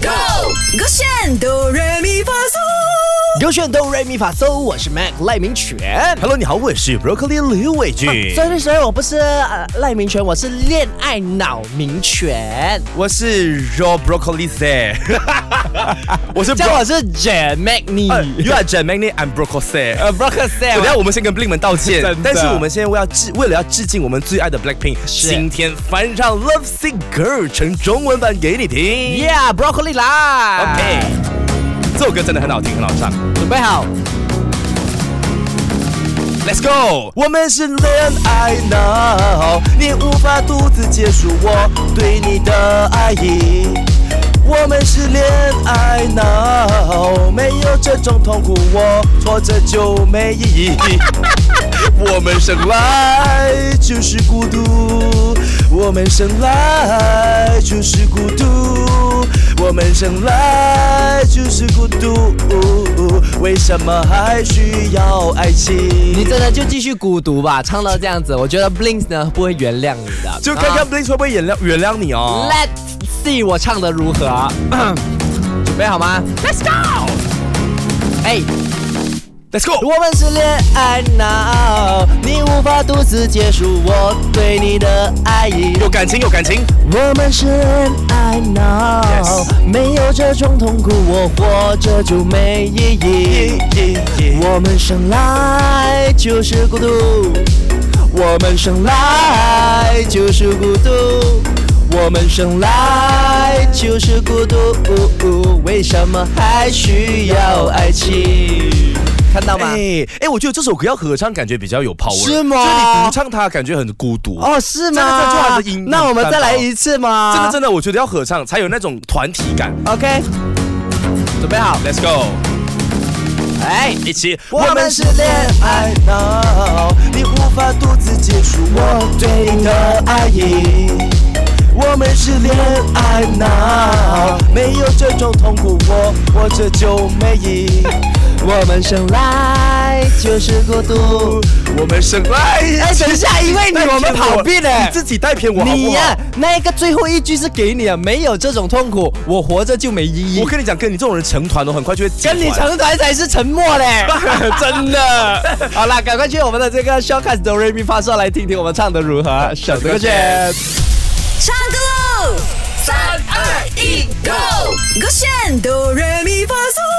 Go，勾选哆瑞咪发嗦。勾选哆瑞咪发嗦，我是 Mac 赖明全。 Hello，你好，我是 Broccoli 刘伟俊。所以，所以我不是呃赖明全，我是恋爱脑明全。我是 Raw Broccoli Say，我是叫 Bro，我是 Jan Mac 你。呃，You are j a m a n i I'm Broccoli Say。呃 b r o c k s e 等一下我们先跟 Blink 们道歉真的，但是我们现在为要致为了要致敬我们最爱的 Blackpink，是今天翻唱 Love Sick Girl 成中文版给你听。 Yeah broccoli 啦。 OK，这首歌真的很好听，很好唱。准备好。 Let's go，我们是恋爱脑，你无法独自结束我对你的爱意。我们是恋爱脑，没有这种痛苦，我活着就没意义。 我们生来就是孤独，我们生来就是孤独，我们生来就是孤独。为什么还需要爱情？你真的就继续孤独吧，唱到这样子，我觉得 Blink 呢不会原谅你的。就看啊看 Blink 会不会原谅原谅你哦。 Let's see 我唱的如何，啊 准备好吗？Let's go！哎、 Let's go，我们是恋爱脑，你无法独自结束我对你的爱意。有感情有感情，我们是恋爱脑 Yes 没有这种痛苦，我活着就没意义。我们生来就是孤独，我们生来就是孤独，我们生来就是孤独，哦为什么还需要爱情？看到吗？哎哎，我觉得这首歌要合唱，感觉比较有 power，是吗就是你独唱它，感觉很孤独。哦，是真的真的就吗它的音？那我们再来一次吗？真的真的，我觉得要合唱才有那种团体感。 OK，准备好， Let's go，哎。一起，我们是恋爱脑，你无法独自结束我对你的爱意。我们是恋爱脑，没有这种痛苦，我活着就没意义。 我们生来就是孤独。我们生来。哎，等一下，因为你带偏我们跑遍我哎你，自己带偏我好不好你呀、那个最后一句是给你啊，没有这种痛苦，我活着就没意义我。跟你讲，跟你这种人成团哦，很快就会解跟你团成团才是沉默 嘞， 真的。好啦，赶快去我们的这个 shortcast do re mi fa so 来听听我们唱的如何，啊手这个圈。唱歌喽！三二一，Go！勾选哆瑞咪发嗦。